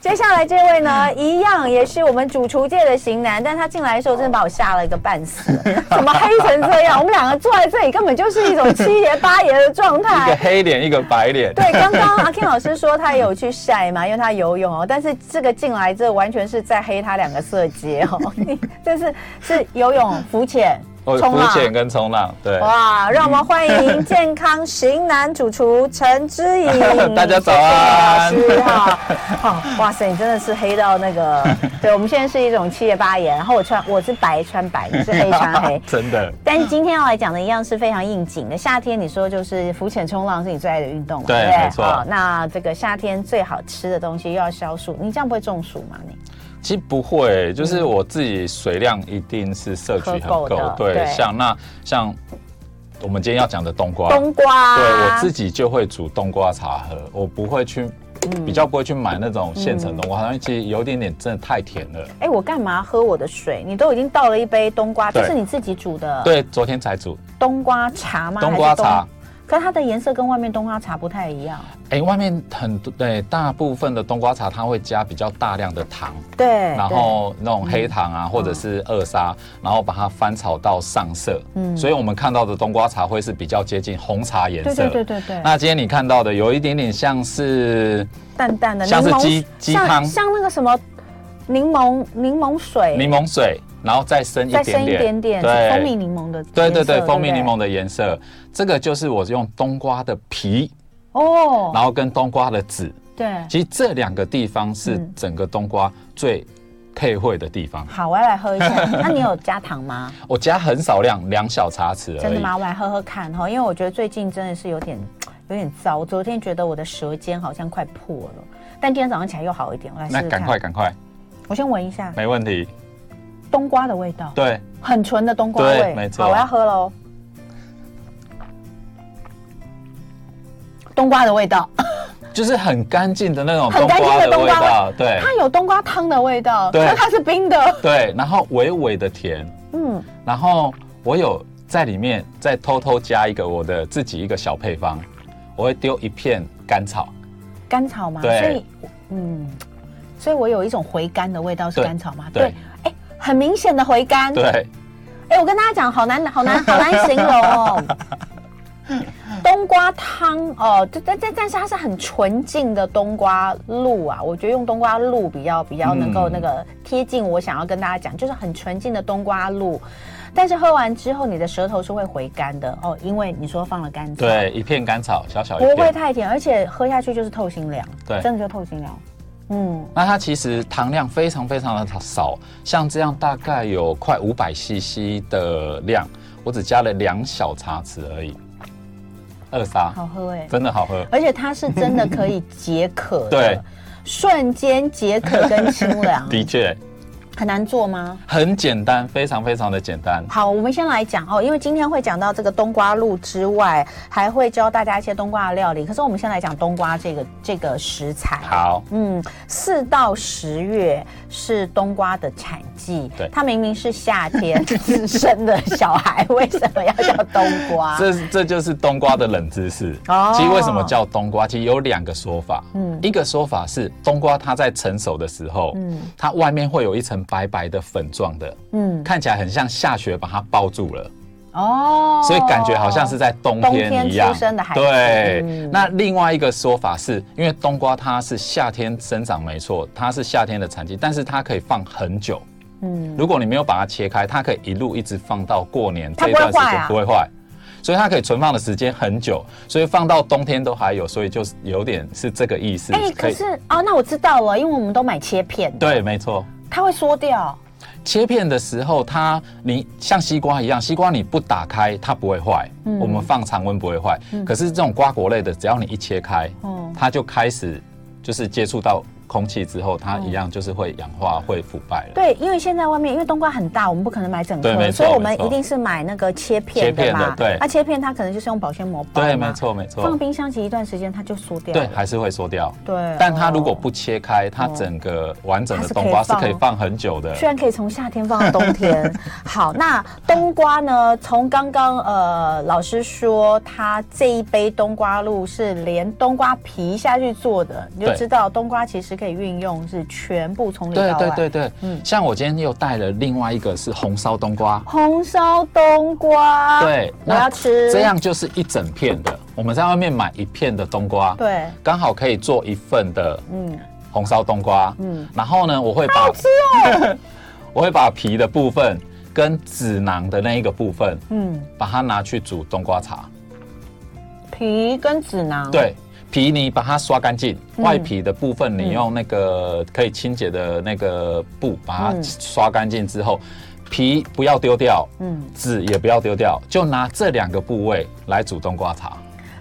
接下来这位呢，一样也是我们主厨界的型男，但他进来的时候真的把我吓了一个半 死，怎么黑成这样？我们两个坐在这里根本就是一种七爷八爷的状一个 态。黑脸，一个白脸。对，刚刚阿 King 老师说他有去晒嘛，因为他游泳哦，但是这个进来这完全是在黑他两个色阶哦， 你这是是游泳、浮潜、哦，冲浮浪。潜跟冲浪，对。 哇，让我们欢迎健康型男主厨陈之颖， 大家早安。谢谢老师哈、 好哇塞，你真的是黑到那个，对我们现在是一种七爷八爷，然后我穿我是白穿白，你是黑穿黑 真的，但是今天要来讲的一样是非常应景的，夏天你说就是浮潜、冲浪是你最爱的运动嘛？对不没错好那这个夏天最好吃的东西又要消暑，你这样不会中暑吗？你其实不会，就是我自己水量一定是摄取很嗯喝够的够。对对，像那像我们今天要讲的冬瓜，冬瓜，哦对我自己就会煮冬瓜茶喝，我不会去。嗯比较不会去买那种现成的，我好像其实有一点点真的太甜了。哎、我干嘛喝我的水？你都已经倒了一杯冬瓜，这对是你自己煮的。对，昨天才煮冬瓜茶吗？冬瓜茶还是冬，可是它的颜色跟外面冬瓜茶不太一样。哎、外面很多对大部分的冬瓜茶，它会加比较大量的糖，对，嗯然后那种黑糖啊，或者是二砂，然后把它翻炒到上色。嗯嗯，所以我们看到的冬瓜茶会是比较接近红茶颜对色。对对对对，那今天你看到的有一点点像是淡淡的像是柠檬鸡鸡像汤像那个什么柠檬柠檬水，柠檬水，然后再深一再点点，深一点点，是蜂蜜柠檬的颜色，对对对，不蜂蜜柠檬的颜色，这个就是我用冬瓜的皮，哦，然后跟冬瓜的籽，对。其实这两个地方是嗯整个冬瓜最配会的地方。好，我要来喝一下。 那你有加糖吗？我加很少量，两小茶匙而已。真的吗？我来喝喝看哈，因为我觉得最近真的是有点有点糟。昨天觉得我的舌尖好像快破了，但今天早上起来又好一点。我来试那试赶快看。赶快，我先闻一下没问题。冬瓜的味道。对，很纯的冬瓜对味，没错好，我要喝哦喽。冬瓜的味道，就是很干净的那种很冬干净瓜的的冬味瓜道。对它有冬瓜汤的味道，对可是它是冰的。对，然后微微的甜，嗯，然后我有在里面再偷偷加一个我的自己一个小配方，我会丢一片甘草。甘草吗？对所以，嗯，所以我有一种回甘的味道，是对甘草吗？对，哎，很明显的回甘。对，哎，我跟大家讲，好难，好难，好难形容哦。嗯冬瓜汤哦，对但但但是它是很纯净的冬瓜露啊，我觉得用冬瓜露比较比较能够嗯那个贴近我想要跟大家讲，就是很纯净的冬瓜露。但是喝完之后，你的舌头是会回甘的哦，因为你说放了甘草，，对，一片甘草，小小一不会片。太甜，而且喝下去就是透心凉，对真的就透心凉。嗯，那它其实糖量非常非常的少，像这样大概有快五百 CC 的量，我只加了两小茶匙而已。二砂，好喝哎、真的好喝。而且它是真的可以解渴的，对，瞬间解渴跟清凉， 的确，很难做吗？很简单，非常非常的简单。好，我们先来讲哦，因为今天会讲到这个冬瓜露之外，还会教大家一些冬瓜的料理。可是我们先来讲冬瓜这个这个食材。好，嗯，四到十月是冬瓜的产季，对它明明是夏天自生的小孩，为什么要叫冬瓜？ 这这就是冬瓜的冷知识。哦其实为什么叫冬瓜？其实有两个说法。嗯嗯，一个说法是冬瓜它在成熟的时候，嗯嗯，它外面会有一层白白的粉状的，嗯，看起来很像下雪把它包住了，哦所以感觉好像是在冬冬天天一样。出生的孩子对，嗯那另外一个说法是因为冬瓜它是夏天生长，没错，它是夏天的产季，但是它可以放很久。嗯，如果你没有把它切开，它可以一路一直放到过年它不这一会段时坏间啊不会坏，所以它可以存放的时间很久，所以放到冬天都还有，所以就是有点是这个意思。哎、可以是哦，那我知道了，因为我们都买切片，，对，没错。它会缩掉。切片的时候，它你像西瓜一样，西瓜你不打开它不会坏，嗯我们放常温不会坏。可是这种瓜果类的，只要你一切开，嗯它就开始就是接触到空气之后，它一样就是会氧化、会腐败了。对，因为现在外面因为冬瓜很大，我们不可能买整对颗，没所以错我们没错一定是买那个切片的嘛。切片的对那切片它可能就是用保鲜膜包对，嘛没。错，没错。放冰箱其实一段时间它就缩掉对，了。还是会缩掉。对但它如果哦不切开，它整个完整的冬它瓜是是可可以放以放很久的。虽然可以从夏天放到冬天， 好，那冬瓜呢？从刚刚呃老师说，他这一杯冬瓜露是连冬瓜皮下去做的，你就对知道冬瓜其实可以运用，是全部从里对到外。对对对，嗯像我今天又带了另外一个是红烧冬瓜，红烧冬瓜，，对，我那要吃。这，样就是一整片的。我们在外面买一片的冬瓜，对，刚好可以做一份的嗯红烧冬瓜。嗯，然后呢，我会把哦 我会把皮的部分跟籽囊的那一个部分，嗯，把它拿去煮冬瓜茶。皮跟籽囊，，对，皮你把它刷干净，嗯外皮的部分你用那个可以清洁的那个布把它嗯刷干净之后，皮不要丢掉，嗯，籽也不要丢掉，就拿这两个部位来煮冬瓜茶。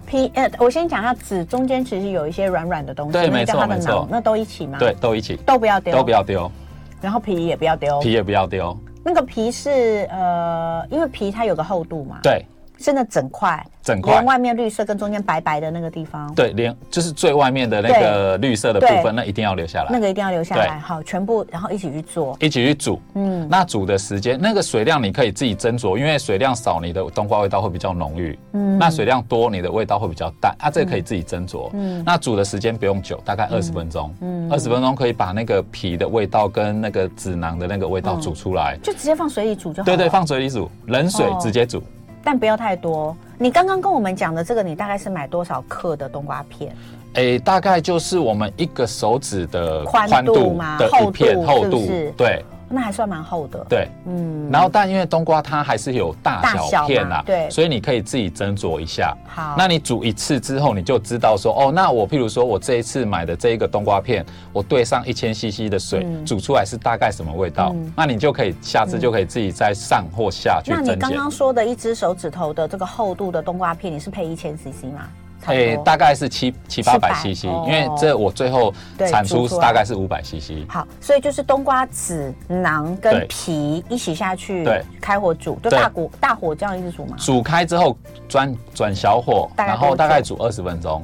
皮呃，我先讲一下籽中间其实有一些软软的东西，对那没叫错它的没错囊，那都一起吗？对，，都一起，都不要丢，都不，要丢，然后皮也不要丢。皮也不要丢。那个皮是呃，因为皮它有个厚度嘛，，对是那整块，整块连外面绿色跟中间白白的那个地方，对，连就是最外面的那个绿色的部分，那一定要留下那来，个一定要留下来，对好，全部然后一起去做，一起去煮。嗯那煮的时间，那个水量你可以自己斟酌，因为水量少，你的冬瓜味道会比较浓郁；嗯那水量多，你的味道会比较淡。啊，这个可以自己斟酌。嗯那煮的时间不用久，大概二十分钟。嗯二十分钟可以把那个皮的味道跟那个籽囊的那个味道嗯煮出来。就直接放水里煮就好了，对对，放水里煮，冷水哦直接煮。但不要太多。你刚刚跟我们讲的这个，你大概是买多少克的冬瓜片？诶、大概就是我们一个手指的宽宽度度吗的厚一片度厚是不度是，对那还算蛮厚的。，对。嗯然后，但因为冬瓜它还是有大大小小嘛片啦，对所以你可以自己斟酌一下。好，那你煮一次之后，你就知道说，哦，那我譬如说我这一次买的这一个冬瓜片，我兑上一千 CC 的水，嗯煮出来是大概什么味道？嗯那你就可以下次就可以自己再上或下去那你增刚减。刚说的一只手指头的这个厚度的冬瓜片，你是配一千 CC 吗？差不诶、多。哎大概是七七八百 CC，哦因为这我最后对产煮出出来大概是五百 CC。好，所以就是冬瓜籽、囊跟对皮一起下去，对，开火煮，就对大火大火这样一直煮嘛，煮开之后转转小火，大概然后多大概久煮二十分钟，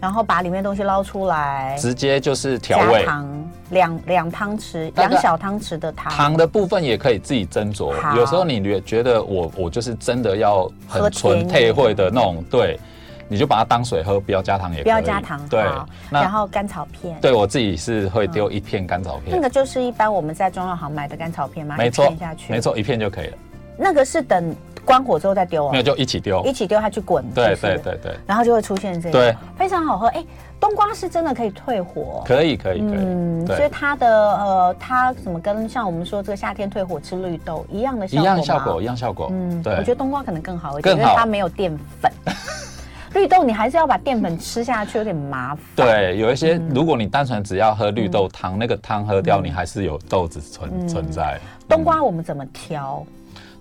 然后把里面东西捞出来，直接就是调加味。糖两两汤匙，大概两小汤匙的糖，糖的部分也可以自己斟酌好，有时候你觉觉得我我就是真的要喝很甜纯一退点会的那种，对，你就把它当水喝，不要加糖也可以。不要加糖，对好，然那后嗯甘草片，对我自己是会丢一片甘草那片，个就是一般我们在中药行买的甘草片嘛，没一错片下，去，没，错，一片就可以了，那个是等关火之后再丢没有哦，就一起丢一。起丢下去滚，对是不是对，对对，然后就会出现这个，对，非常好喝，哎，冬瓜是真的可以退火，可以可以可以，嗯，所以对，它的呃，它怎么跟像我们说这个夏天退火吃绿豆一样的效一果样效吗果一样效果嗯，，我对觉。得冬瓜可能更好一点，更因为它好没有淀粉。 绿豆你还是要把淀粉吃下去，有点麻烦。对，有一些，嗯如果你单纯只要喝绿豆汤，那个汤喝掉，你还是有豆子存嗯存在。冬瓜我们怎么挑？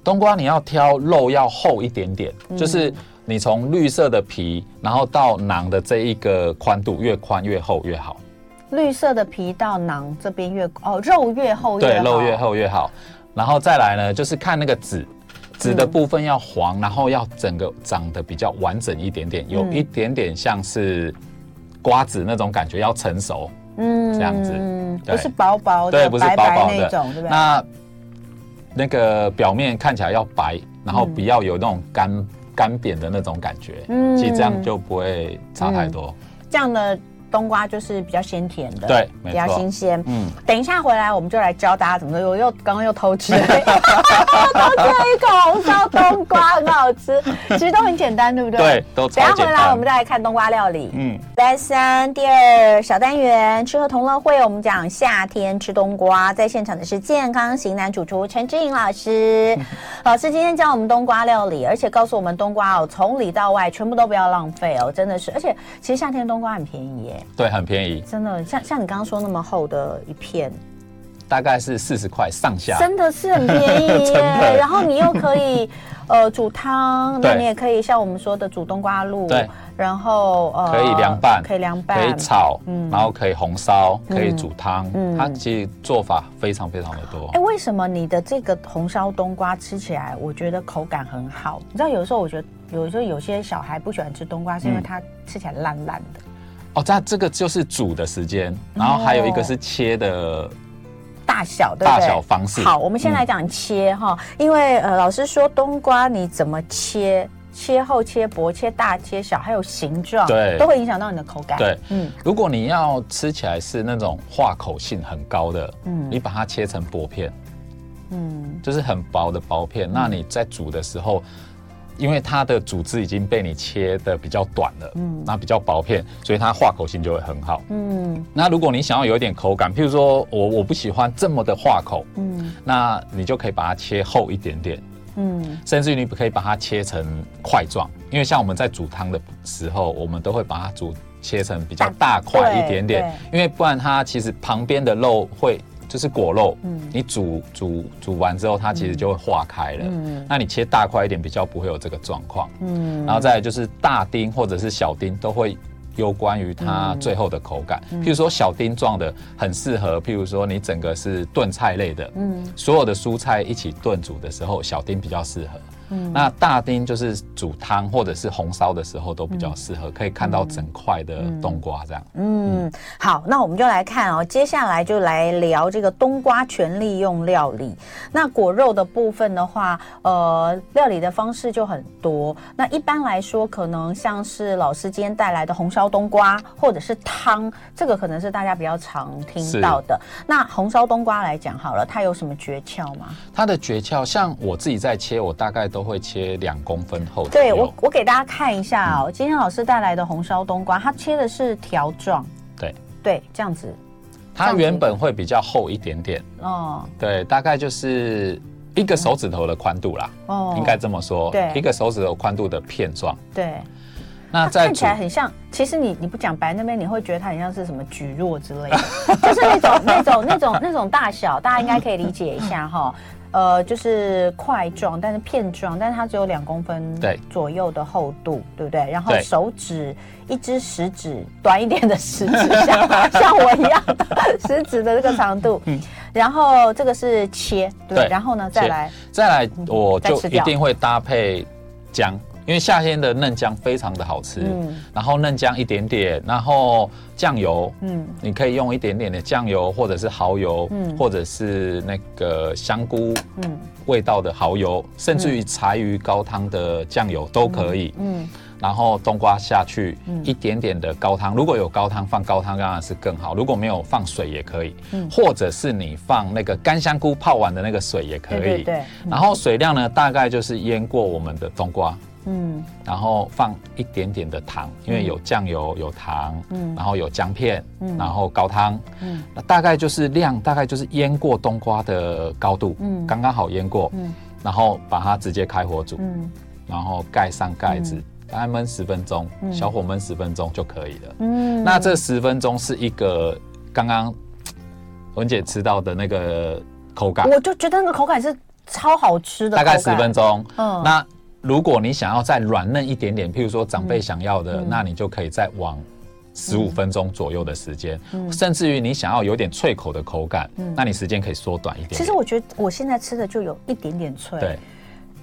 冬瓜你要挑肉要厚一点点，嗯就是你从绿色的皮，然后到囊的这一个宽度，越宽越厚越好。绿色的皮到囊这边越哦，肉越厚越对，好肉越。厚越好。然后再来呢，就是看那个籽，籽的部分要黄，然后要整个长得比较完整一点点，有嗯一点点像是瓜子那种感觉，要成熟。嗯这样子对不是薄薄的，对，不是薄薄白白那的。种，对不啊对？那那个表面看起来要白，然后不要有那种干、干扁的那种感觉。嗯其实这样就不会差太多。这样的冬瓜就是比较鲜甜的，对比没较错新鲜。嗯，等一下回来，我们就来教大家怎么做。我又刚刚又偷 吃了，又偷吃了一口红烧冬瓜，很好吃。其实都很简单，对不对？对。，都等一下超回简来，我们单。再来看冬瓜料理。嗯，来三第二小单元吃喝同乐会，我们讲夏天吃冬瓜，在现场的是健康型男主厨陈志颖老 师。老师今天教我们冬瓜料理，而且告诉我们冬瓜哦，从里到外全部都不要浪费哦，真的是。而且其实夏天冬瓜很便宜耶，对，很便宜，真的像像你刚刚说那么厚的一片，大概是四十块上下。真的是很便宜 真耶的。然后你又可以呃煮汤，那 对你也可以像我们说的煮冬瓜露，对，然后呃可以凉拌可以凉拌，可以炒，嗯然后可以红烧，嗯可以煮汤，嗯它其实做法非常非常的多哎、。为什么你的这个红烧冬瓜吃起来，我觉得口感很好？你知道，有时候我觉得，有时候有些小孩不喜欢吃冬瓜，是因为嗯它吃起来烂烂的。哦，这这个就是煮的时间，然后还有一个是切的，大小哦对不对？大小方式好，我们先来讲切哈、因为呃，老师说冬瓜你怎么切切厚、切薄、切大、切小，还有形状，对都会影响到你的口感。对，嗯，如果你要吃起来是那种化口性很高的，嗯你把它切成薄片，嗯，就是很薄的薄片。那你在煮的时候，因为它的组织已经被你切的比较短了，嗯嗯，那比较薄片，所以它化口性就会很好。嗯那如果你想要有一点口感，譬如说我我不喜欢这么的化口，嗯那你就可以把它切厚一点点，嗯甚至于你可以把它切成块状，因为像我们在煮汤的时候，我们都会把它煮切成比较大块一点点，因为不然它其实旁边的肉会就是果肉，嗯你煮煮煮完之后，它其实就会化开了。嗯那你切大块一点，比较不会有这个状况。嗯，然后再来就是大丁或者是小丁都会有关于它嗯最后的口感。譬如说小丁状的很适合，譬如说你整个是炖菜类的，嗯所有的蔬菜一起炖煮的时候，小丁比较适合。嗯那大丁就是煮汤或者是红烧的时候都比较适合，可以看到整块的冬瓜这样。嗯，好，那我们就来看哦，接下来就来聊这个冬瓜全利用料理。那果肉的部分的话，呃，料理的方式就很多。那一般来说，可能像是老师今天带来的红烧冬瓜，或者是汤，这个可能是大家比较常听是到的。那红烧冬瓜来讲好了，它有什么诀窍吗？它的诀窍，像我自己在切，我大概都会切两公分厚左对右我，我给大家看一下哦，今天老师带来的红烧冬瓜，它切的是条状，对对，这样子，它原本会比较厚一点点，哦对，大概就是一个手指头的宽度啦。哦，应该这么说，对一个手指头宽度的片状。对。那它在看起煮来很像，其实你你不讲白那边，你会觉得它很像是什么菊若之类的， 就是那种那种那种那种大小，大家应该可以理解一下哈。呃，就是块状，但是片状，但是它只有两公分对左右的厚度，对不对？然后对手指一只食指短一点的食指像像我一样的食指的这个长 度，然后这个是切，对不对，嗯对然后呢再切来，再来，我嗯再就吃一掉定会搭配姜，因为夏天的嫩姜非常的好吃。嗯然后嫩姜一点点，然后酱油，嗯你可以用一点点的酱油，或者是蚝油，嗯或者是那个香菇嗯味道的蚝油，甚至于柴鱼高汤的酱油都可以。嗯然后冬瓜下去嗯一点点的高汤，如果有高汤放高汤当然是更好，如果没有放水也可以，嗯或者是你放那个干香菇泡完的那个水也可以。对对对嗯然后水量呢，大概就是淹过我们的冬瓜，嗯然后放一点点的糖，因为有酱油、有糖，嗯然后有姜片，嗯然后高汤，嗯那大概就是量大概就是淹过冬瓜的高度，嗯刚刚好淹过，嗯然后把它直接开火煮，嗯然后盖上盖子，大概焖十分钟，嗯小火焖十分钟就可以了。嗯那这十分钟是一个刚刚文姐吃到的那个口感，我就觉得那个口感是超好吃的，大概十分钟。钟。嗯那如果你想要再软嫩一点点，譬如说长辈想要嗯的，那你就可以再往。十五分钟左右的时间，嗯甚至于你想要有点脆口的口感，那你时间可以缩短一点点。其实我觉得我现在吃的就有一点点脆，对，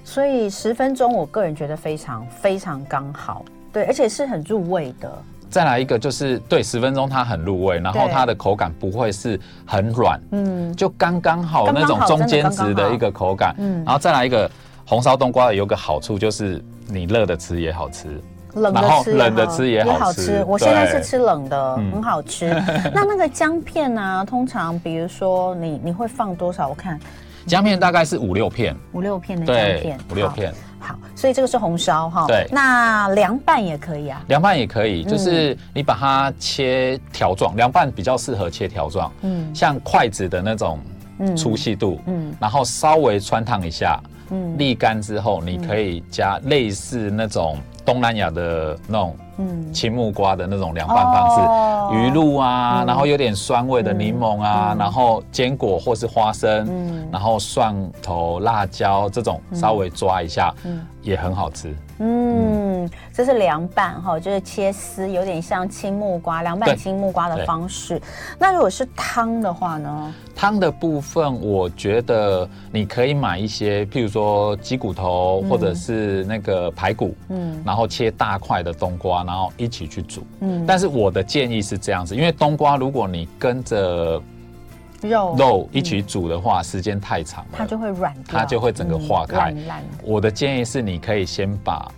所以十分钟我个人觉得非常非常刚好，对，而且是很入味的，再来一个就是对十分钟它很入味，然后对它的口感不会是很软，嗯就刚刚好刚刚那好种中真间的值刚刚的好一个口感。嗯然后再来一个红烧冬瓜的有个好处就是你热的吃也好吃，冷的然后吃也冷的吃也好好吃我现在是对吃冷的，嗯很好吃。那那个姜片呢、通常比如说你你会放多少？我看姜片大概是五六片，五六片嗯的姜对片，，五六好。片，好，所以这个是红烧哈。对那凉拌也可以啊。凉拌也可以，就是你把它切条状，凉拌比较适合切条状，嗯像筷子的那种嗯粗细度，嗯然后稍微穿烫一下，嗯沥干之后，你可以加类似那种东南亚的那种嗯青木瓜的那种凉拌方哦式，鱼露啊，嗯然后有点酸味的柠檬啊嗯，然后坚果或是花生，嗯然后蒜头、辣椒这种稍微抓一下嗯，也很好吃。嗯，这是凉拌哈，就是切丝，有点像青木瓜凉拌对青木瓜的方式。那如果是汤的话呢？汤的部分，我觉得你可以买一些，譬如说鸡骨头嗯或者是那个排骨，嗯然后切大块的冬瓜，然后一起去煮。嗯，但是我的建议是这样子，因为冬瓜如果你跟着肉肉一起煮的话，时间太长了，哦嗯它就会软掉，它就会整个化开嗯烂烂的。我的建议是，你可以先把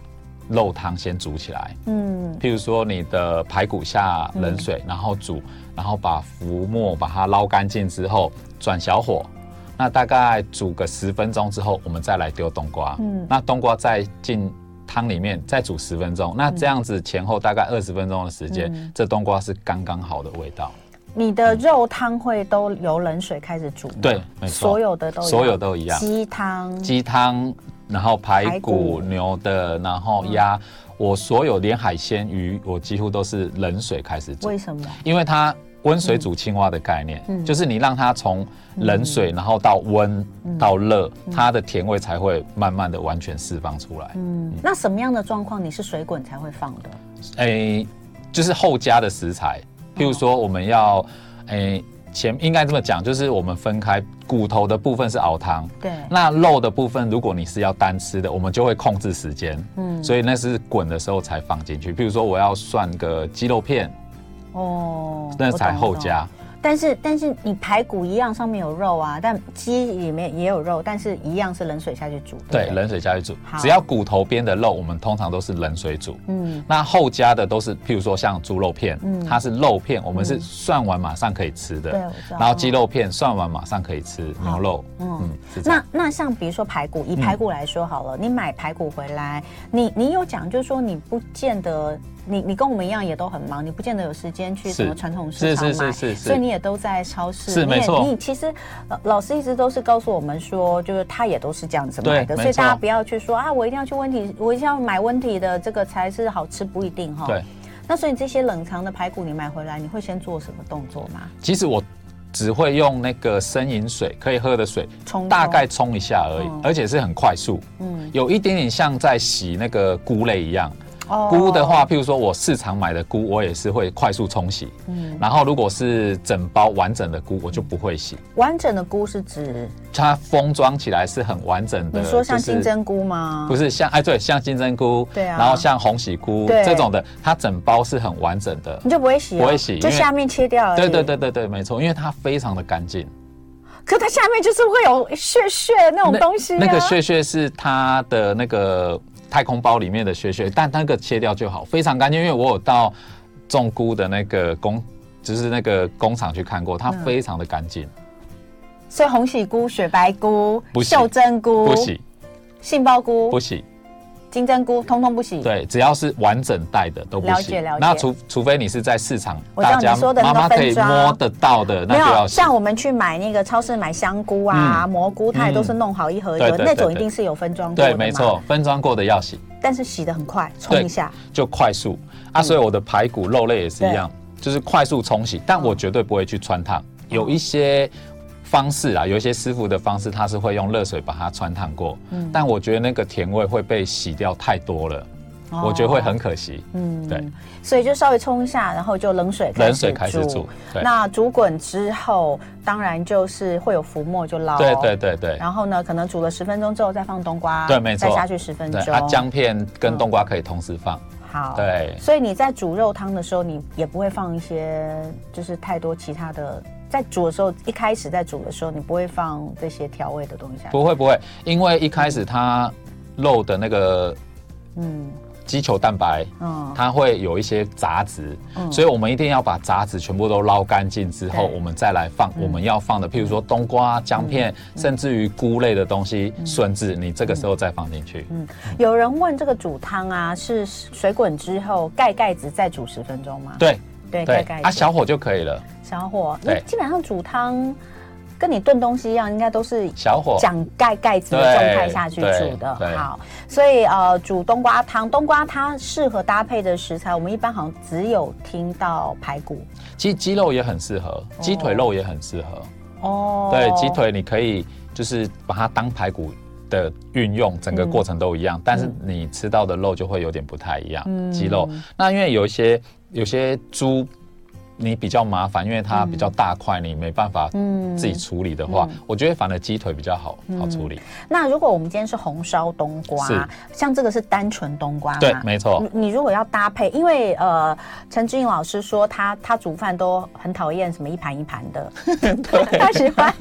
肉汤先煮起来，嗯譬如说你的排骨下冷水，然后煮，然后把浮沫把它捞干净之后，转小火，那大概煮个十分钟之后，我们再来丢冬瓜。嗯那冬瓜再进汤里面再煮十分钟，那这样子前后大概二十分钟的时间，嗯这冬瓜是刚刚好的味道。你的肉汤会都由冷水开始煮吗，对嗯没错所有的都一样所有都一样鸡汤，鸡汤，然后排排骨、骨嗯牛的，然后鸭，我所有连海鲜、鱼，我几乎都是冷水开始煮为，什么？因为它温水煮青蛙的概念，嗯就是你让它从冷水，然后到温、到热，它的甜味才会慢慢的完全释放出来。嗯，那什么样的状况你是水滚才会放的？诶、就是后加的食材，譬如说我们要，诶、前应该这么讲，就是我们分开骨头的部分是熬汤，对，那肉的部分，如果你是要单吃的，我们就会控制时间，嗯所以那是滚的时候才放进去。譬如说我要涮个鸡肉片，哦，那我才懂后。加我懂。但是但是你排骨一样上面有肉啊，但鸡里面也有肉，但是一样是冷水下去煮。不对，冷水下去煮好。只要骨头边的肉，我们通常都是冷水煮。嗯那后加的都是，譬如说像猪肉片，嗯它是肉片，我们是涮完马上可以吃的。对我知道然后鸡肉片涮完马上可以吃，牛肉，嗯嗯，是这样。那那像比如说排骨，以嗯排骨来说好了，你买排骨回来，你你有讲，就是说你不见得，你你跟我们一样也都很忙，你不见得有时间去是什么传统市场买，是是是是是所以你也都在超市，是你也没错你其实、呃老师一直都是告诉我们说，就是他也都是这样子买的，对没错所以大家不要去说啊，我一定要去温体，我一定要买温体的这个才是好吃，不一定哈。对。，那所以这些冷藏的排骨你买回来，你会先做什么动作吗？其实我只会用那个生饮水，可以喝的水冲大概冲一下而已嗯，而且是很快速，嗯有一点点像在洗那个菇类一样。哦菇的话，譬如说我市场买的菇，我也是会快速冲洗。嗯，然后如果是整包完整的菇，我就不会洗。完整的菇是指它封装起来是很完整的，你说像就是金针菇吗？不是，是像哎对，像金针菇，对啊然后像红喜菇对这种的，它整包是很完整的你。就不会洗哦，不会洗就因为下面切掉而已。对对。对对对，没错，因为它非常的干净。可它下面就是会有屑屑那种东西、啊那个屑屑是它的那个太空包里面的屑屑，但那个切掉就好，非常干净。因为我有到种菇的那个工，就是那个工厂去看过，它嗯非常的干净，所以红喜菇、雪白菇不、洗袖珍菇、不洗杏鲍菇不、洗，金针菇，通通不洗。，对，只要是完整袋的都不了洗。解了解那除除非你是在市场，我知道大家你说的那妈个妈可以分装摸得到的，那没就要有洗。像我们去买那个超市买香菇啊、蘑菇，它也都是弄好一盒一盒，嗯对对对那种一定是有分装过的对，嘛没，错，分装过的要洗，但是洗的很快，冲一下。就快速嗯啊。所以我的排骨肉类也是一样，就是快速冲洗，嗯但我绝对不会去穿烫。有一些方式啊，有一些师傅的方式，他是会用热水把它穿烫过，嗯但我觉得那个甜味会被洗掉太多了，哦我觉得会很可惜。嗯对，所以就稍微冲一下，然后就冷水冷水开始煮对那煮滚之后，当然就是会有浮沫就捞。对对对对然后呢，可能煮了十分钟之后再放冬瓜，对没错再下去十分对，钟。啊，姜片跟冬瓜可以同时放，嗯好。。对。所以你在煮肉汤的时候，你也不会放一些就是太多其他的，在煮的时候，一开始在煮的时候，你不会放这些调味的东西下啊去。不会不会，因为一开始它肉的那个嗯基球蛋白，嗯，它会有一些杂质，嗯所以我们一定要把杂质全部都捞干净之后，对嗯我们再来放我们要放的，譬如说冬瓜、姜片，甚至于菇类的东西、嗯笋子，你这个时候再放进去。有人问这个煮汤啊，是水滚之后盖盖子再煮十分钟吗？对对对盖盖，子。啊，小火就可以了，小火，对你基本上煮汤跟你炖东西一样，应该都是小火。讲盖盖子的对状态下去对煮的。对好，所以呃，煮冬瓜汤，冬瓜它适合搭配的食材，我们一般好像只有听到排骨其实鸡肉也很适合，鸡腿肉也很适合。哦对，鸡腿你可以就是把它当排骨的运用，整个嗯过程都一样，但是你吃到的肉就会有点不太一样。嗯鸡肉那因为有一些有些猪。你比较麻烦，因为它比较大块，你没办法嗯自己处理的话，我觉得反而鸡腿比较好好处理。那如果我们今天是红烧冬瓜是，像这个是单纯冬瓜嘛？对，没错，你你如果要搭配，因为呃，陈志颖老师说他他煮饭都很讨厌什么一盘一盘 的，他喜欢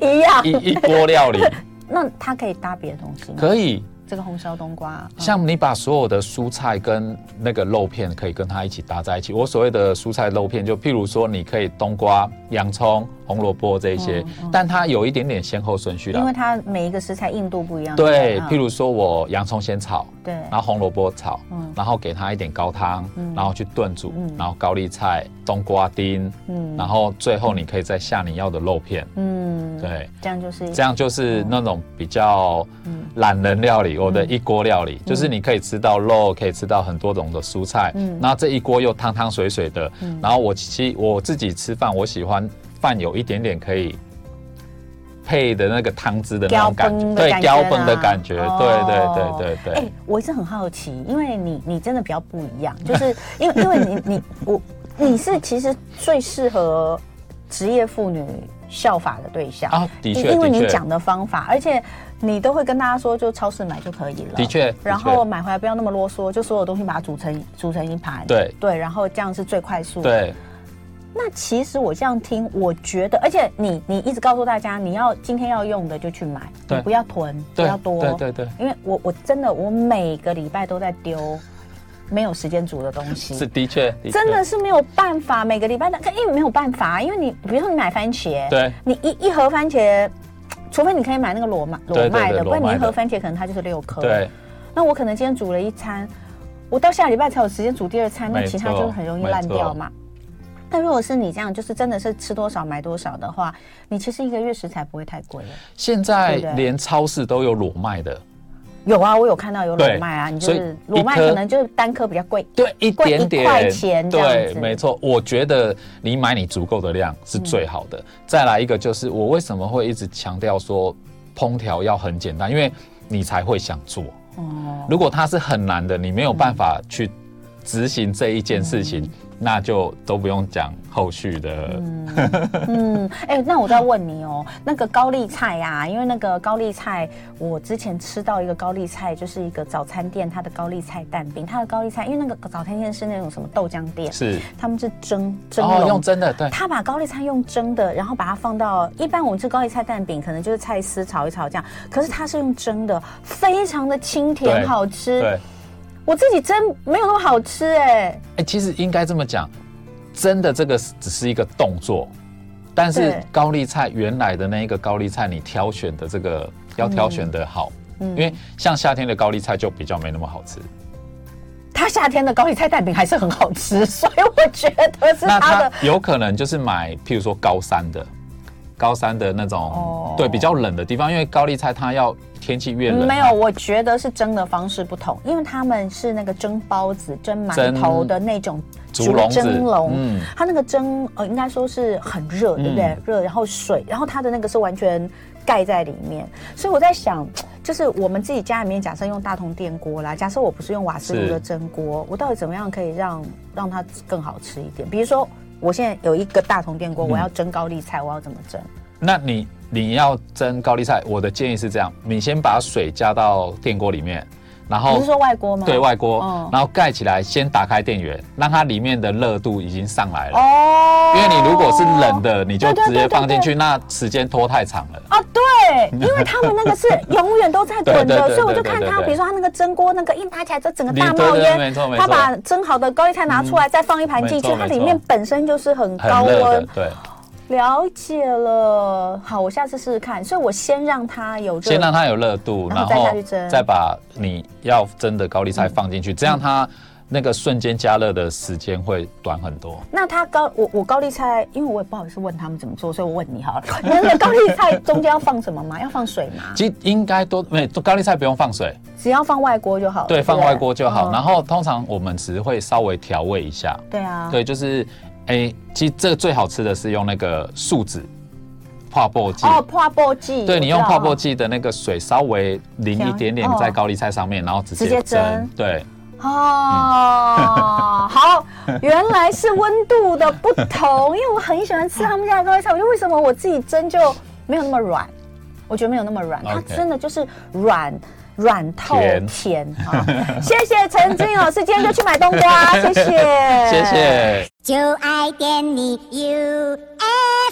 一样。嗯一一锅料理 那他可以搭别的东西吗？可以。这个红烧冬瓜，嗯像你把所有的蔬菜跟那个肉片可以跟它一起搭在一起。我所谓的蔬菜肉片，就譬如说你可以冬瓜、洋葱、红萝卜这一些，但它有一点点先后顺序嗯因为啦。它每一个食材硬度不一样。对，嗯譬如说我洋葱先炒，对，然后红萝卜炒嗯，然后给它一点高汤，然后去炖煮嗯，然后高丽菜、冬瓜丁，嗯然后最后你可以再下你要的肉片。嗯，对，这样就是这样就是那种比较嗯懒人料理，我的一锅料理，就是你可以吃到肉，可以吃到很多种的蔬菜，嗯然后这一锅又汤汤水水的，然后我其我自己吃饭，我喜欢饭有一点点可以。配的那个汤汁的那种感觉，对，胶胶崩崩的的感感觉觉，啦哦对对对对哎、对，我一直很好奇，因为你你真的比较不一样，就是因为因为你你我你是其实最适合职业妇女效法的对象啊，的确哎因为的你确讲的方法，而且你都会跟大家说，就超市买就可以了，的确，然的确后买回来不要那么啰嗦，就所有东西把它煮成煮成一盘，对对，然后这样是最快速的。对那其实我这样听，我觉得，而且你你一直告诉大家，你要今天要用的就去买，你对不要囤，不对要多，对对对，因为我我真的我每个礼拜都在丢没有时间煮的东西，是的确，确真的是没有办法，每个礼拜的，可因为没有办法，因为你比如说你买番茄，对你一一盒番茄。除非你可以买那个裸麦对对裸麦的，对不然你裸一麦的盒番茄可能它就是六颗。对，那我可能今天煮了一餐，我到下礼拜才有时间煮第二餐，那没其他错就很容易烂掉嘛。但如果是你这样，就是真的是吃多少买多少的话，你其实一个月食材不会太贵了。现在对不对连超市都有裸卖的，有啊，我有看到有裸对麦啊，你就所以是一裸麦颗可能就是单颗比较贵，对，一贵点点，一块钱这样对子，没错。我觉得你买你足够的量是最好的。再来一个就是，我为什么会一直强调说烹调要很简单，因为你才会想做。哦，如果它是很难的，你没有办法去执行这一件事情，那就都不用讲后续的。嗯，哎、那我再问你哦，那个高丽菜啊，因为那个高丽菜，我之前吃到一个高丽菜，就是一个早餐店它的高丽菜蛋饼，它的高丽菜，因为那个早餐店是那种什么豆浆店，是他们是蒸蒸哦，笼用真的对，他把高丽菜用蒸的，然后把它放到一般我们吃高丽菜蛋饼，可能就是菜丝炒一炒这样，可是它是用蒸的，非常的清甜对好吃。对。我自己蒸没有那么好吃哎、哎、其实应该这么讲，真的这个是只是一个动作，但是对高丽菜原来的那一个高丽菜，你挑选的这个要挑选嗯的好，因为像夏天的高丽菜就比较没那么好吃。它夏天的高丽菜蛋饼还是很好 吃，所以我觉得是那它它的。有可能就是买，譬如说高山的，高山的那种，哦嗯对，比较冷的地方，因为高丽菜它要天气越冷，没有，我觉得是蒸的方式不同，因为他们是那个蒸包子、蒸馒头的那种嗯竹笼子蒸笼，嗯它那个蒸呃应该说是很热，对不对？热，然后水，然后它的那个是完全盖在里面，所以我在想，就是我们自己家里面，假设用大同电锅啦，假设我不是用瓦斯炉是的蒸锅，我到底怎么样可以让让它更好吃一点？比如说。我现在有一个大同电嗯锅，我要蒸高丽菜，我要怎么蒸？那你你要蒸高丽菜，我的建议是这样，你先把水加到电锅里面，然后你是说外锅吗？哦对外锅，嗯然后盖起来，先打开电源，让它里面的热度已经上来了。哦，因为你如果是冷的，你就对对直接放进对去，那时间拖太长了。啊，对，因为他们那个 是永远都在滚对对的，对所以我就看对对他，对比如说他那个蒸锅那个一拿起来，就整个你大冒对对烟，没错没他错嗯把蒸好的高丽菜拿出来，再放一盘进去，没错它没错里面本身就是很很高热的温，。对，了解了，好，我下次试试看。所以我先让它有热先让它有热度，然后然再下后去蒸再把你要蒸的高丽菜放进去，这样它那个瞬间加热的时间会短很多。那它高我我高丽菜，因为我也不好意思问他们怎么做，所以我问你好了。 你那个高丽菜中间要放什么吗？要放水吗？其实应该都没高丽菜不用放水，只要放外锅就好了。对，不放外锅就好。嗯然后通常我们只会稍微调味一下，对啊，对，就是，哎、其实这个最好吃的是用那个树脂泡泡剂。哦，泡泡剂，对你我用知道泡泡剂的那个水稍微淋调一点点哦在高丽菜上面，然后直直接接蒸蒸。对，哦，好，原来是温度的不同，因为我很喜欢吃他们家的高丽菜，我就为什么我自己蒸就没有那么软，我觉得没有那么软，它 OK 真的就是软。软透甜甜 啊！谢谢陈志颖老师，今天就去买冬瓜，谢谢，谢谢。就爱点你 UFO。